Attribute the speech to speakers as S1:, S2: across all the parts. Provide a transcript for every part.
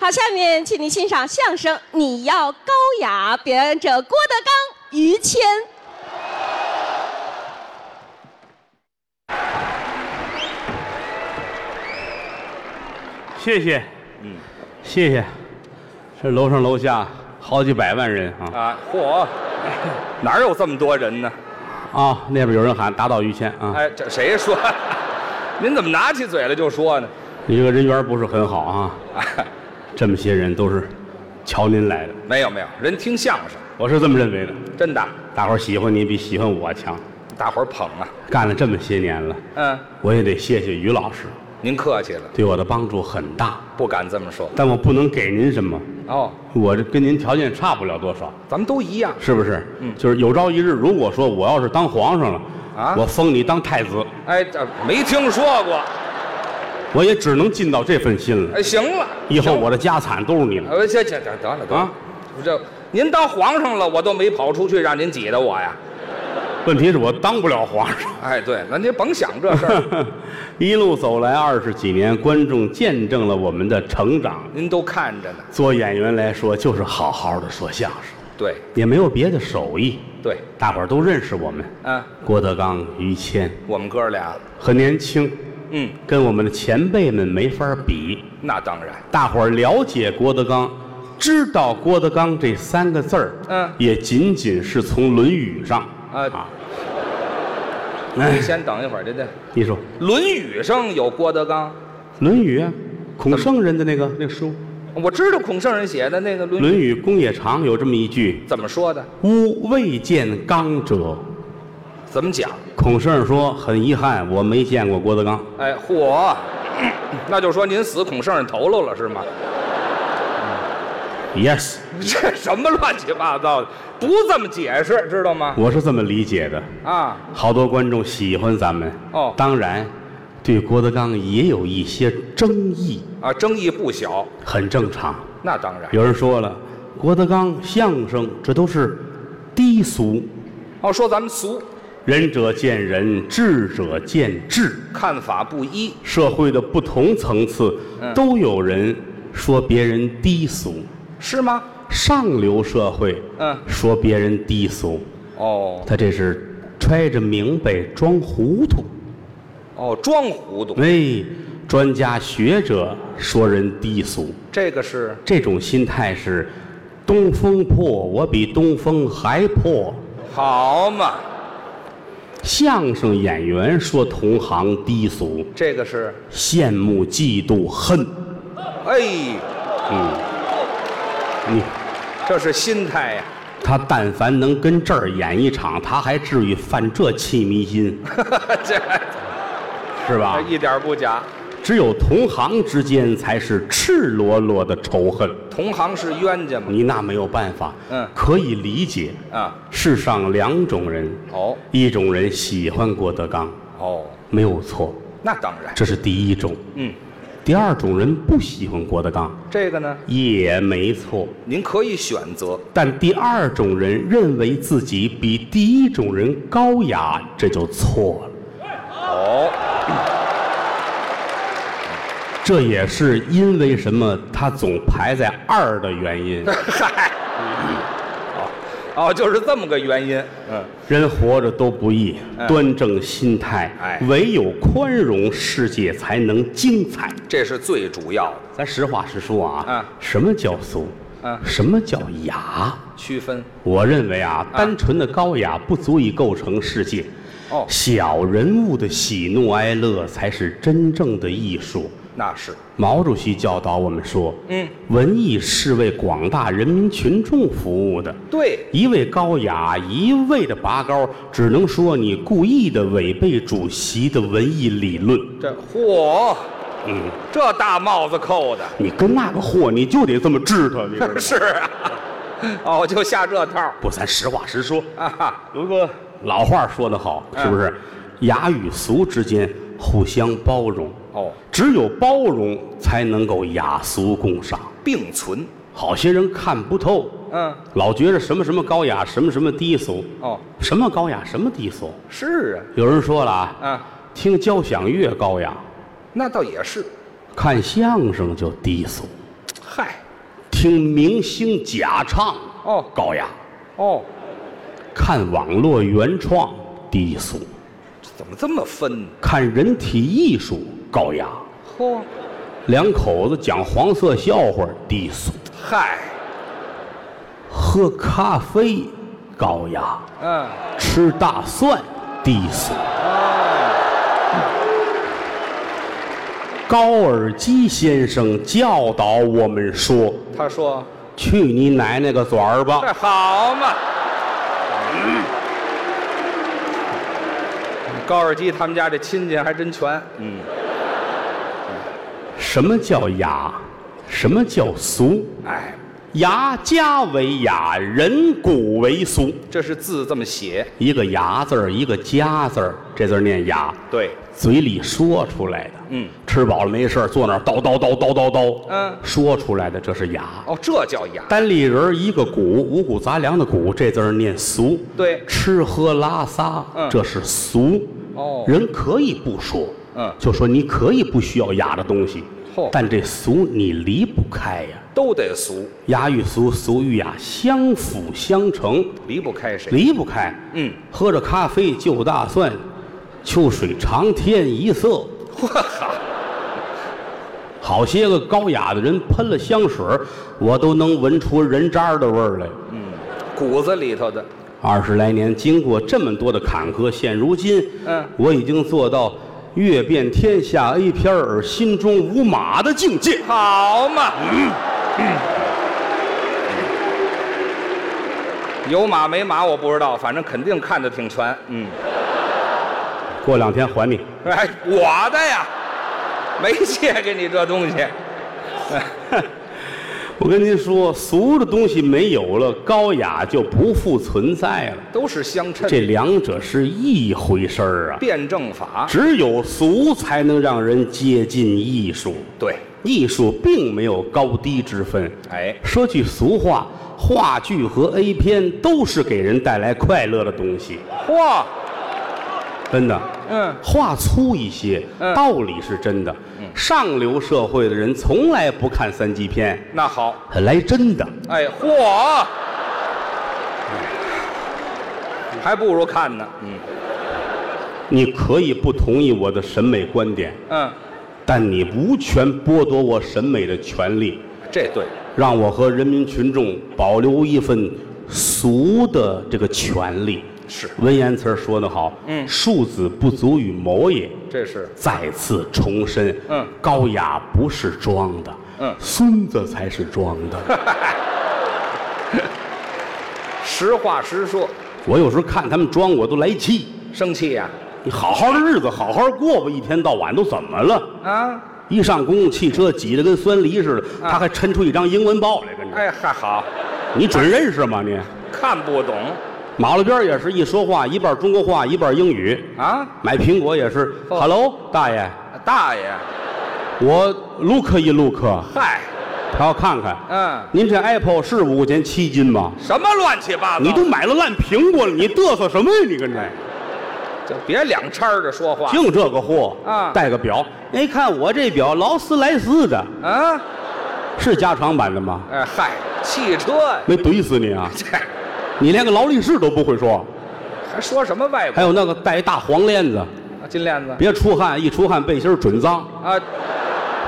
S1: 好，下面请您欣赏相声《你要高雅》，表演者郭德纲、于谦。
S2: 谢谢，嗯，谢谢。这楼上楼下好几百万人啊
S3: 啊，嚯，哪有这么多人呢？
S2: 啊！那边有人喊打倒于谦啊，
S3: 哎，这谁说？ 您怎么拿起嘴来就说呢？
S2: 你这个人缘不是很好啊。
S3: 啊，
S2: 这么些人都是瞧您来的，
S3: 没有没有，人听相声，
S2: 我是这么认为的。
S3: 真的，
S2: 大伙儿喜欢你比喜欢我强，
S3: 大伙儿捧啊。
S2: 干了这么些年了，
S3: 嗯，
S2: 我也得谢谢于老师，
S3: 您客气了，
S2: 对我的帮助很大。
S3: 不敢这么说。
S2: 但我不能给您什么，
S3: 哦，
S2: 我这跟您条件差不了多少，
S3: 咱们都一样。
S2: 是不是？嗯，就是有朝一日，如果说我要是当皇上了，
S3: 啊
S2: 我封你当太子，
S3: 哎，这没听说过。
S2: 我也只能尽到这份心了。
S3: 哎，行了，
S2: 以后
S3: 行
S2: 我的家产都是你的
S3: 哎，这这这得了得
S2: 啊
S3: 了，！这您当皇上了，我都没跑出去让您挤得我呀。
S2: 问题是我当不了皇上。
S3: 哎，对，那您甭想这事儿，
S2: 一路走来二十几年，观众见证了我们的成长。
S3: 您都看着呢。
S2: 做演员来说，就是好好的说相声，
S3: 对
S2: 也没有别的手艺。
S3: 对，
S2: 大伙儿都认识我们，
S3: 啊，
S2: 郭德纲、于谦
S3: 我们哥俩，
S2: 很年轻，
S3: 嗯，
S2: 跟我们的前辈们没法比。
S3: 那当然，
S2: 大伙儿了解郭德纲，知道郭德纲这三个字儿，
S3: 嗯
S2: 也仅仅是从《论语》上
S3: 啊
S2: 啊。
S3: 您
S2: 哎，
S3: 先等一会儿，这这《
S2: 你说《
S3: 论语》上有郭德纲，
S2: 论语》啊，孔圣人的那个那个书，
S3: 我知道孔圣人写的那个《
S2: 《
S3: 论语
S2: 论语·公冶长》有这么一句》
S3: 怎么说的，：“
S2: 吾未见纲者。
S3: 怎么讲。”
S2: 孔圣人说：“很遗憾，我没见过郭德纲。
S3: 哎，嚯， 那就说您死孔圣人头颅了是 吗？
S2: ”Yes，
S3: 这什么乱七八糟的，不这么解释，知道吗？
S2: 我是这么理解的。
S3: 啊，
S2: 好多观众喜欢咱们
S3: 哦
S2: 当然，对郭德纲也有一些争议，
S3: 啊，争议不小，
S2: 很正常。
S3: 那当然。
S2: 有人说了，郭德纲相声这都是低俗，
S3: 哦，说咱们俗，
S2: 仁者见仁，智者见智。
S3: 看法不一，
S2: 社会的不同层次，
S3: 嗯
S2: 都有人说别人低俗。
S3: 是吗？
S2: 上流社会，
S3: 嗯
S2: 说别人低俗，
S3: 哦
S2: 他这是揣着明白装糊涂。
S3: 哦，装糊涂，
S2: 哎，专家学者说人低俗，
S3: 这个是
S2: 这种心态是东风破，我比东风还破。
S3: 好嘛？
S2: 相声演员说同行低俗，
S3: 这个是，
S2: 羡慕、嫉妒、恨。
S3: 哎，嗯
S2: 你
S3: 这是心态呀、
S2: 他但凡能跟这儿演一场，他还至于犯这气迷心，
S3: 这
S2: 是吧
S3: 这？一点不假。
S2: 只有同行之间才是赤裸裸的仇恨，
S3: 同行是冤家嘛？
S2: 你那没有办法。
S3: 嗯
S2: 可以理解。
S3: 啊，
S2: 世上两种人，
S3: 哦
S2: 一种人喜欢郭德纲，
S3: 哦，
S2: 没有错，
S3: 那当然。
S2: 这是第一种；
S3: 嗯，
S2: 第二种人不喜欢郭德纲，
S3: 这个呢，
S2: 也没错。
S3: 您可以选择。
S2: 但第二种人认为自己比第一种人高雅，这就错了。
S3: 哦，
S2: 这也是因为什么他总排在二的原 因。
S3: 嗨，哦哦，就是这么个原因。嗯，
S2: 人活着都不易，端正心态，
S3: 哎
S2: 唯有宽容，世界才能精彩。
S3: 这是最主要的
S2: 咱实话实说啊，
S3: 嗯
S2: 什么叫俗？
S3: 嗯
S2: 什么叫雅？
S3: 区分。
S2: 我认为啊，
S3: 嗯
S2: 单纯的高雅不足以构成世界。
S3: 哦，
S2: 小人物的喜怒哀乐才是真正的艺术。
S3: 那是。
S2: 毛主席教导我们说，
S3: 嗯，
S2: 文艺是为广大人民群众服务的。
S3: 对，
S2: 一味高雅，一味的拔高，只能说你故意的违背主席的文艺理论。
S3: 这嚯，
S2: 嗯，
S3: 这大帽子扣的。
S2: 你跟那个货，你就得这么治他，你知道吗？
S3: 是啊，哦，就下这套儿
S2: 不，咱实话实说。嗯
S3: 啊哈，
S2: 有一个老话说得好，是不是？雅与俗之间互相包容，
S3: 哦，
S2: 只有包容才能够雅俗共赏。
S3: 并存，
S2: 好些人看不透，
S3: 嗯，
S2: 老觉着什么什么高雅，什么什么低俗，
S3: 哦，
S2: 什么高雅，什么低俗。
S3: 是
S2: 有人说了啊
S3: 啊，，啊，
S2: 听交响乐高雅，
S3: 那倒也是，
S2: 看相声就低俗。
S3: 嗨，
S2: 听明星假唱
S3: 哦
S2: 高雅，
S3: 哦，
S2: 看网络原创低俗，
S3: 这怎么这么分呢？
S2: 看人体艺术高雅，
S3: 嚯，
S2: 两口子讲黄色笑话低俗，
S3: 嗨，
S2: 喝咖啡高雅，
S3: 嗯，
S2: 吃大蒜低俗，高尔基先生教导我们说
S3: 他说：“
S2: 去你奶奶个嘴儿吧！”
S3: 这好嘛。嗯高尔基他们家这亲戚还真全，嗯，
S2: 什么叫雅？什么叫俗？
S3: 哎，
S2: 牙家为雅，人骨为俗。
S3: 这是字这么写，
S2: 一个“牙”字儿，一个“家”字儿，这字儿念“雅
S3: 对，”，
S2: 嘴里说出来的。
S3: 嗯，
S2: 吃饱了没事儿坐那儿叨叨叨叨叨叨，
S3: 嗯
S2: 说出来的这是雅。
S3: 哦，这叫雅，
S2: 单立人儿一个谷，五谷杂粮的谷，这字儿念俗。
S3: 对
S2: 吃喝拉撒，
S3: 嗯
S2: 这是俗。
S3: 哦
S2: 人可以不说，
S3: 嗯
S2: 就说你可以不需要雅的东西，
S3: 嚯
S2: 但这俗你离不开呀。
S3: 都得俗，
S2: 雅与俗，俗与雅，相辅相成，
S3: 离不开谁？
S2: 离不开。
S3: 嗯，
S2: 喝着咖啡就大蒜，秋水长天一色。好些个高雅的人喷了香水儿，我都能闻出人渣儿的味儿来。
S3: 骨子里头的，
S2: 二十来年，经过这么多的坎坷，现如今，
S3: 嗯
S2: 我已经做到阅遍天下 A 片儿而心中无马的境界。
S3: 好嘛。有马没马我不知道，反正肯定看得挺全。嗯，
S2: 过两天还你。
S3: 哎，我的呀，没借给你这东西。
S2: 我跟您说，俗的东西没有了，高雅就不复存在了。
S3: 都是相称，
S2: 这两者是一回事儿啊！
S3: 辩证法。
S2: 只有俗才能让人接近艺术，
S3: 对，
S2: 艺术并没有高低之分。
S3: 哎，
S2: 说句俗话，话剧和 A 片都是给人带来快乐的东西，
S3: 嚯，
S2: 真的。
S3: 嗯，
S2: 话粗一些，
S3: 嗯
S2: 道理是真的。上流社会的人从来不看三级片，
S3: 那好，
S2: 来真的。
S3: 哎，嚯，还不如看呢。嗯
S2: 你可以不同意我的审美观点，
S3: 嗯，
S2: 但你无权剥夺我审美的权利，
S3: 这对，
S2: 让我和人民群众保留一份俗的这个权利。
S3: 是
S2: 文言词儿说得好，
S3: 嗯
S2: 庶子不足与谋也。
S3: 这是
S2: 再次重申，
S3: 嗯
S2: 高雅不是装的，
S3: 嗯
S2: 孙子才是装的。
S3: 实话实说，
S2: 我有时候看他们装，我都来气。
S3: 生气呀、
S2: 你好好的日子好好过吧，一天到晚都怎么了？
S3: 啊？
S2: 一上公共汽车挤得跟酸梨似的，嗯
S3: 啊
S2: 他还抻出一张英文报来跟你，
S3: 哎，还好，
S2: 你准认识吗你？
S3: 看不懂
S2: 马路边儿也是一说话，一半中国话，一半英语。
S3: 啊，
S2: 买苹果也是、
S3: 哦
S2: h e l l o 大爷，
S3: 大爷，
S2: 我 look 一 look，
S3: 嗨，
S2: 他要看看。
S3: 嗯，
S2: 您这 Apple 是五块钱七斤吗？
S3: 什么乱七八糟？
S2: 你都买了烂苹果了，你嘚瑟什么呀？你跟这
S3: 就别两掺儿的说话。
S2: 净这个货
S3: 啊
S2: 带个表，哎，看我这表劳斯莱斯的，
S3: 啊，
S2: 是加长版的吗？
S3: 哎嗨，汽车呀，
S2: 没怼死你啊！
S3: 这
S2: 你连个劳力士都不会说。
S3: 还说什么外
S2: 还
S3: 国？啊
S2: 有那个带一大黄链子，
S3: 金链子
S2: 别出汗，一出汗背心儿准脏，
S3: 啊，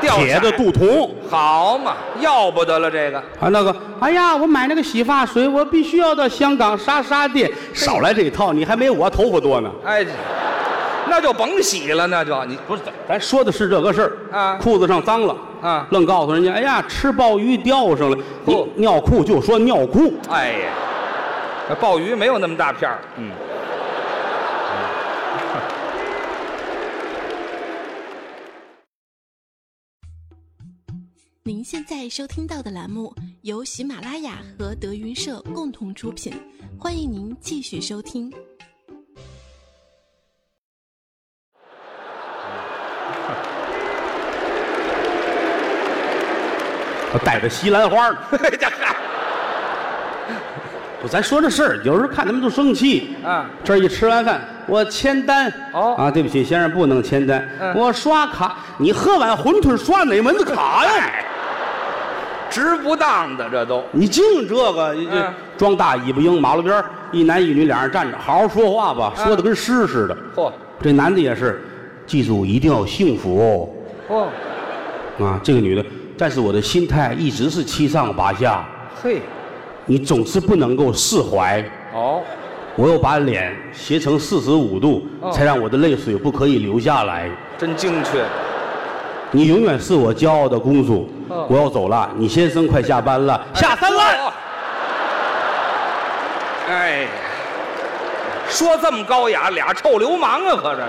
S3: 掉
S2: 铁的
S3: 色
S2: 镀铜。
S3: 好嘛，要不得了这个。
S2: 还有那个，哎呀，我买那个洗发水，我必须要到香港莎莎店，少来这一套，你还没我头发多呢。
S3: 哎，那就甭洗了，那就你不是
S2: 咱说的是这个事儿
S3: 啊
S2: 裤子上脏了
S3: 啊
S2: 愣告诉人家，哎呀，吃鲍鱼钓上了，你
S3: 嚯
S2: 尿裤就说尿裤，
S3: 哎呀，那鲍鱼没有那么大片儿，嗯，
S4: 您现在收听到的栏目由喜马拉雅和德云社共同出品，欢迎您继续收听。
S2: 带着西兰 花呢。
S3: 嘿这嗨
S2: 不咱说这事儿，有时候看他们就生气。
S3: 啊，
S2: 这儿一吃完饭，我签单。
S3: 哦
S2: 啊，对不起，先生不能签单，
S3: 嗯
S2: 我刷卡。你喝碗馄饨刷哪门子卡呀？
S3: 值不当的，这都
S2: 你净这个，你这
S3: 嗯
S2: 装大尾巴鹰，马路边儿一男一女俩人站着，好好说话吧，
S3: 嗯
S2: 说的跟诗似的。
S3: 嚯
S2: 这男的也是，记住一定要幸福哦
S3: 嚯，
S2: 啊！这个女的，但是我的心态一直是七上八下，
S3: 嘿，
S2: 你总是不能够释怀。
S3: 哦，
S2: 我又把脸斜成四十五度，
S3: 哦
S2: 才让我的泪水不可以流下来。
S3: 真精确，
S2: 你永远是我骄傲的公主。
S3: 哦
S2: 我要走了，你先生快下班了，下三滥。
S3: 哎。哎，说这么高雅，俩臭流氓啊，可这哦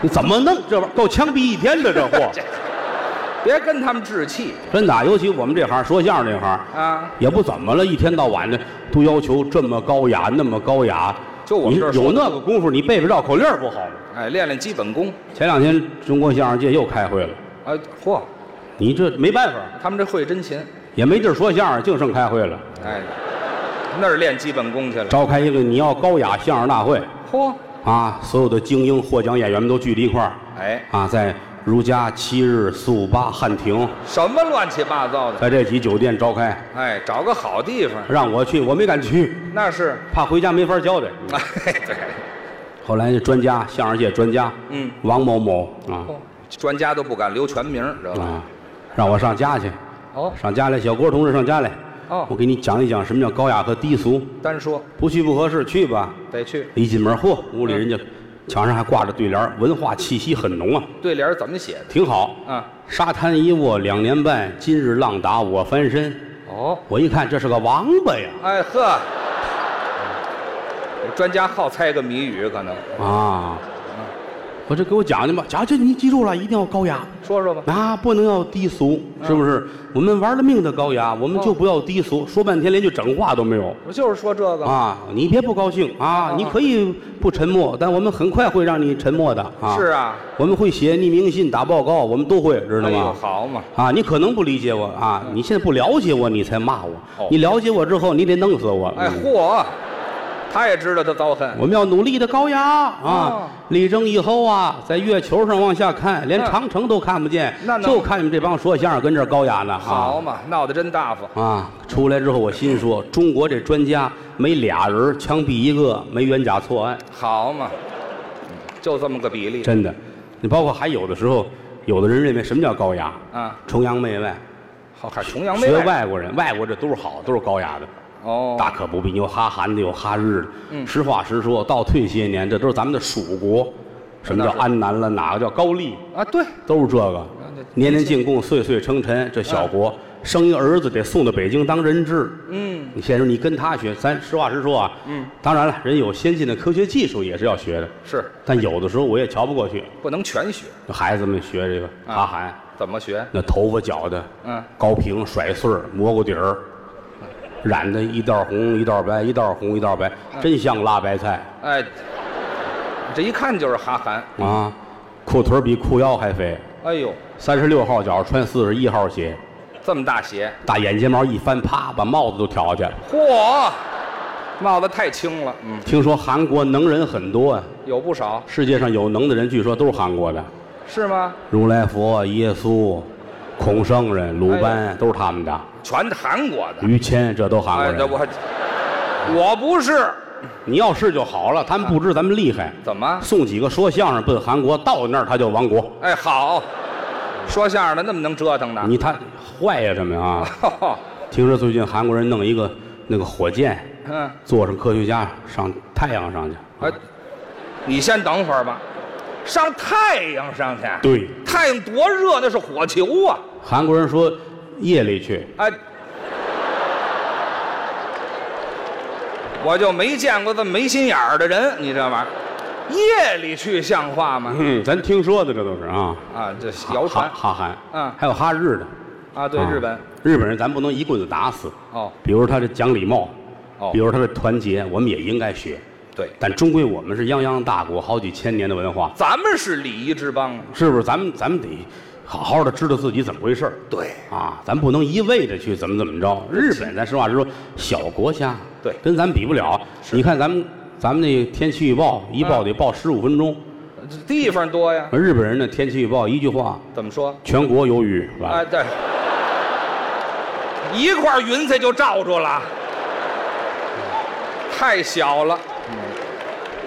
S2: 你怎么弄？这玩意儿够枪毙一天的这货，
S3: 别跟他们置气
S2: 真的啊。尤其我们这行说相声这行，
S3: 啊！
S2: 也不怎么了，一天到晚的都要求这么高雅，那么高雅。
S3: 就我
S2: 你
S3: 们这儿说
S2: 有那个功夫，你背背绕口令儿不好吗？
S3: 哎，练练基本功。
S2: 前两天中国相声界又开会了，
S3: 哎，嚯，
S2: 你这没办法，
S3: 他们这会真勤。
S2: 也没地儿说相声，净剩开会了。
S3: 哎，那儿练基本功去了。
S2: 召开一个你要高雅相声大会
S3: 嚯，
S2: 啊，所有的精英获奖演员们都聚在一块儿
S3: 哎，
S2: 啊，在如家七日四五八汉庭，
S3: 什么乱七八糟的？
S2: 在这几酒店召开，
S3: 哎，找个好地方，
S2: 让我去，我没敢去，
S3: 那是。
S2: 怕回家没法交代。
S3: 哎，对，
S2: 后来那专家，相声界专家，
S3: 嗯，
S2: 王某某啊
S3: 嚯专家都不敢留全名，知道吧？
S2: 啊，让我上家去，
S3: 哦
S2: 上家来，小郭同志上家来，
S3: 哦
S2: 我给你讲一讲什么叫高雅和低俗，
S3: 单说
S2: 不去不合适，去吧。
S3: 得去。
S2: 一进门，嚯，屋里人家墙上还挂着对联儿，文化气息很浓啊，
S3: 对联儿怎么写的？
S2: 挺好。
S3: 啊，
S2: 沙滩一卧两年半，今日浪打我翻身。
S3: 哦，
S2: 我一看，这是个王八呀！
S3: 哎呵，专家好猜个谜语，可能
S2: 啊，我这给我讲的吧，讲这你记住了，一定要高雅。
S3: 说说吧。
S2: 啊，不能要低俗，是不是？我们玩了命的高雅，我们就不要低俗。说半天连句整话都没有
S3: 我就是说这个，
S2: 啊！你别不高兴啊！你可以不沉默，但我们很快会让你沉默的啊！
S3: 是，啊，
S2: 我们会写匿名信、打报告，我们都会，知道
S3: 哎呦
S2: 吗？
S3: 好嘛，
S2: 啊，你可能不理解我啊！你现在不了解我，你才骂我
S3: 哦。
S2: 你了解我之后，你得弄死我。
S3: 哎
S2: 嗯
S3: 嚯，他也知道他遭恨，
S2: 我们要努力的高雅
S3: 哦
S2: 啊！力争以后啊，在月球上往下看，连
S3: 嗯
S2: 长城都看不见
S3: 那，能
S2: 就看你们这帮说相声跟这儿高雅呢。啊
S3: 好嘛，闹得真大方，
S2: 啊，出来之后我心说，中国这专家没俩人枪毙一个，没冤假错案，
S3: 好嘛，就这么个比例
S2: 真的。你包括还有的时候，有的人认为什么叫高雅？
S3: 啊，
S2: 崇洋媚外，
S3: 好还崇洋媚
S2: 学
S3: 外
S2: 外国人，外国这都是好，都是高雅的，
S3: 哦，
S2: 大可不必。有哈韩的，有哈日的。
S3: 嗯
S2: 实话实说，到退些年，这都是咱们的属国。什么叫
S3: 那是
S2: 安南了？哪个叫高丽？
S3: 啊，对，
S2: 都是这个
S3: 那，
S2: 年年进贡，岁岁称臣。这小国生一儿子得送到北京当人质。
S3: 嗯，
S2: 你先说，你跟他学，咱实话实说啊。嗯，当然了，人有先进的科学技术也是要学的，
S3: 是
S2: 但有的时候我也瞧不过去，
S3: 不能全学，
S2: 孩子们学这个哈
S3: 啊
S2: 韩，
S3: 怎么学？
S2: 那头发绞的，
S3: 嗯，
S2: 高平甩穗儿，蘑菇底儿，染的一道红一道白，一道红一道白，
S3: 嗯
S2: 真像辣白菜
S3: 哎，这一看就是哈韩，
S2: 啊！裤腿儿比裤腰还肥，
S3: 哎呦，
S2: 三十六号脚穿四十一号鞋，
S3: 这么大鞋，
S2: 大眼睫毛一翻，啪，把帽子都挑下去了。
S3: 嚯，帽子太轻了，嗯，
S2: 听说韩国能人很多啊，
S3: 有不少
S2: 世界上有能的人，据说都是韩国的。
S3: 是吗？
S2: 如来佛、耶稣、孔圣人、鲁
S3: 哎
S2: 班、都是他们的，
S3: 全韩国的。
S2: 于谦这都韩国
S3: 哎，
S2: 人。
S3: 这我我不是
S2: 你要是就好了，他们不知咱们厉害。
S3: 怎么？
S2: 送几个说相声奔韩国，到那儿他就亡国。
S3: 哎，好，说相声的那么能折腾呢？
S2: 你他坏呀什么呀？啊听说最近韩国人弄一个那个火箭，
S3: 嗯，
S2: 坐上科学家上太阳上去。
S3: 哎，你先等会儿吧，上太阳上去。
S2: 对，
S3: 太阳多热，那是火球啊！
S2: 韩国人说夜里去，
S3: 哎，我就没见过这么没心眼儿的人，你这玩意儿，夜里去像话吗？
S2: 嗯，咱听说的这都是啊，
S3: 啊，这谣传
S2: 哈哈韩，
S3: 嗯
S2: 还有哈日的，
S3: 啊，对
S2: 啊
S3: 日本，
S2: 日本人咱不能一棍子打死，
S3: 哦
S2: 比如他的讲礼貌，
S3: 哦
S2: 比，如他的团结，我们也应该学。
S3: 对，
S2: 但终归我们是泱泱大国，好几千年的文化，
S3: 咱们是礼仪之邦，啊
S2: 是不是？咱们咱们得好好的知道自己怎么回事儿
S3: 对，
S2: 啊，咱不能一味的去怎么怎么着。日本，咱实话实说，小国家，
S3: 对
S2: 跟咱们比不了。你看咱们咱们那个天气预报，一报得报十五分钟，
S3: 这地方多呀。
S2: 而日本人的天气预报一句话，
S3: 怎么说？
S2: 全国有雨，完了
S3: 哎，对，一块云彩就罩住了，太小了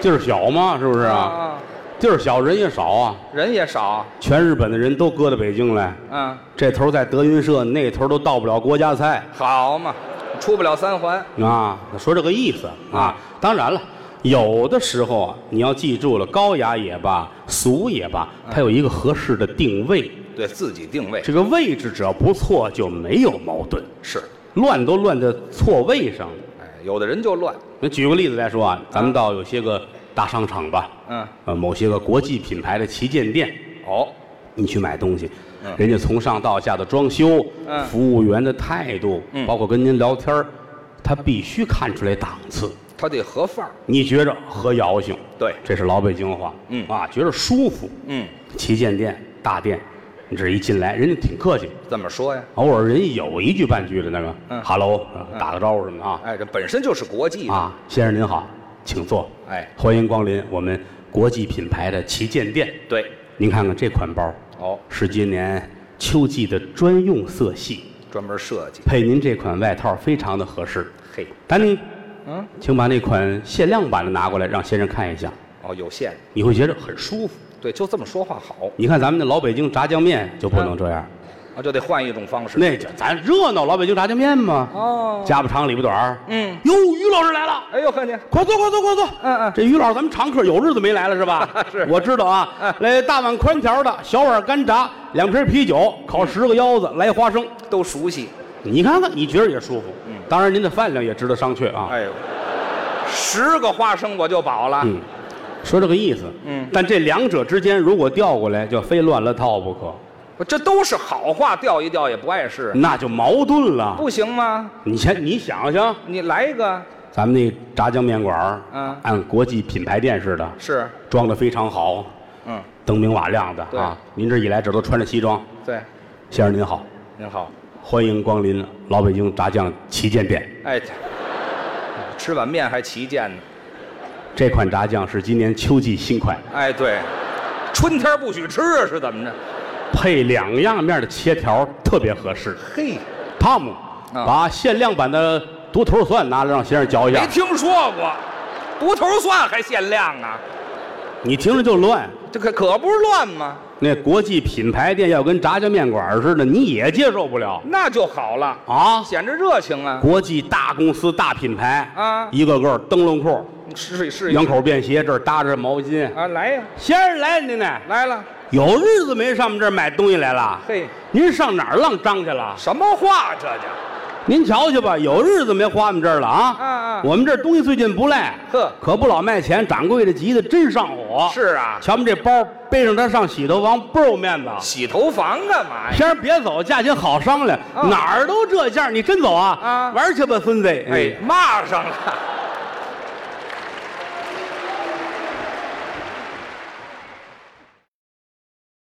S2: 地儿小嘛，是不是啊？！地儿小，人也少啊。
S3: 人也少，
S2: 全日本的人都搁到北京来，
S3: 嗯，
S2: 这头在德云社，那头都到不了国家赛
S3: 好嘛，出不了三环，
S2: 啊。说这个意思啊。当然了，有的时候啊，你要记住了，高雅也罢，俗也罢，它有一个合适的定位。
S3: 对自己定位
S2: 这个位置只要不错，就没有矛盾。
S3: 是，
S2: 乱都乱在错位上了。
S3: 哎，有的人就乱，
S2: 那举个例子来说啊，咱们到有些个大商场吧，
S3: 嗯，
S2: 呃，某些个国际品牌的旗舰店，
S3: 哦，
S2: 你去买东西
S3: 嗯，
S2: 人家从上到下的装修
S3: 嗯，
S2: 服务员的态度
S3: 嗯，
S2: 包括跟您聊天儿他必须看出来档次。
S3: 他得合范儿，
S2: 你觉着合姚性，
S3: 对
S2: 这是老北京话，
S3: 嗯
S2: 啊，觉着舒服。
S3: 嗯，
S2: 旗舰店、大店，你这一进来，人家挺客气，
S3: 这么说呀？
S2: 偶尔人有一句半句的那个
S3: 嗯
S2: “hello”，打个招呼什么的啊。
S3: 哎，这本身就是国际的，
S2: 啊，先生您好，请坐。
S3: 哎
S2: 欢迎光临我们国际品牌的旗舰店。
S3: 对，
S2: 您看看这款包，
S3: 哦，
S2: 是今年秋季的专用色系，
S3: 专门设计，
S2: 配您这款外套非常的合适。
S3: 嘿，
S2: 丹尼，
S3: 嗯，
S2: 请把那款限量版的拿过来，让先生看一下，
S3: 哦，有限，
S2: 你会觉得很舒服。
S3: 对，就这么说话好，
S2: 你看咱们的老北京炸酱面就不能这样，
S3: 啊，就得换一种方式。
S2: 那就咱热闹老北京炸酱面嘛。
S3: 哦，
S2: 家不长里不短儿
S3: 嗯，
S2: 哟，于老师来了。
S3: 哎呦，看见，
S2: 快坐，快坐，快坐。
S3: 嗯嗯
S2: 这于老师，咱们常客有日子没来了是吧？
S3: 是
S2: 我知道啊。 来大碗宽条的，小碗干炸，两瓶啤酒，烤十个腰子，来花生。
S3: 都熟悉。
S2: 你看看，你觉着也舒服。
S3: 嗯
S2: 当然您的饭量也值得商榷啊。
S3: 哎呦，十个花生我就饱了。
S2: 嗯，说这个意思。
S3: 嗯
S2: 但这两者之间如果调过来，就非乱了套不可，
S3: 这都是好话，调一调也不碍事，
S2: 那就矛盾了。
S3: 不行吗？
S2: 你先，你想想，
S3: 你来一个
S2: 咱们那炸酱面馆儿
S3: 嗯
S2: 按国际品牌店似的，
S3: 是，
S2: 装的非常好，
S3: 嗯，
S2: 灯明瓦亮的
S3: 对
S2: 啊。您这一来，这都穿着西装。
S3: 对，
S2: 先生您好，
S3: 您好，
S2: 欢迎光临老北京炸酱旗舰店。
S3: 哎，吃碗面还旗舰呢，
S2: 这款炸酱是今年秋季新款，
S3: 哎，对，春天不许吃啊，是怎么着？
S2: 配两样面的切条特别合适。
S3: 嘿，
S2: 汤姆，把限量版的独头蒜拿来让先生嚼一下
S3: 啊没。听说过，独头蒜还限量啊？
S2: 你听着就乱。
S3: 这可可不是乱吗？
S2: 那国际品牌店要跟炸酱面馆似的，你也接受不了
S3: 那就好了，
S2: 啊！
S3: 显着热情啊！
S2: 国际大公司、大品牌
S3: 啊
S2: 一个个灯笼裤、
S3: 你试一试一
S2: 两口便携，这儿搭着毛巾。
S3: 啊，来呀，
S2: 先生来，您呢？
S3: 来了，
S2: 有日子没上我们这儿买东西来了。
S3: 嘿，
S2: 您上哪儿浪张去了？
S3: 什么话这叫？
S2: 您瞧瞧吧，有日子没花我们这儿了啊！
S3: 啊啊
S2: 我们这儿东西最近不赖，
S3: 呵
S2: 可不老卖钱，掌柜的急的真上火。，
S3: 是啊，
S2: 瞧我们这包背上它上洗头房倍儿有面子。
S3: 洗头房干嘛呀？
S2: 先生别走，价钱好商量，
S3: 啊
S2: 哪儿都这价，你真走啊？
S3: 啊哎
S2: 玩去吧，孙子！
S3: 哎，骂上了，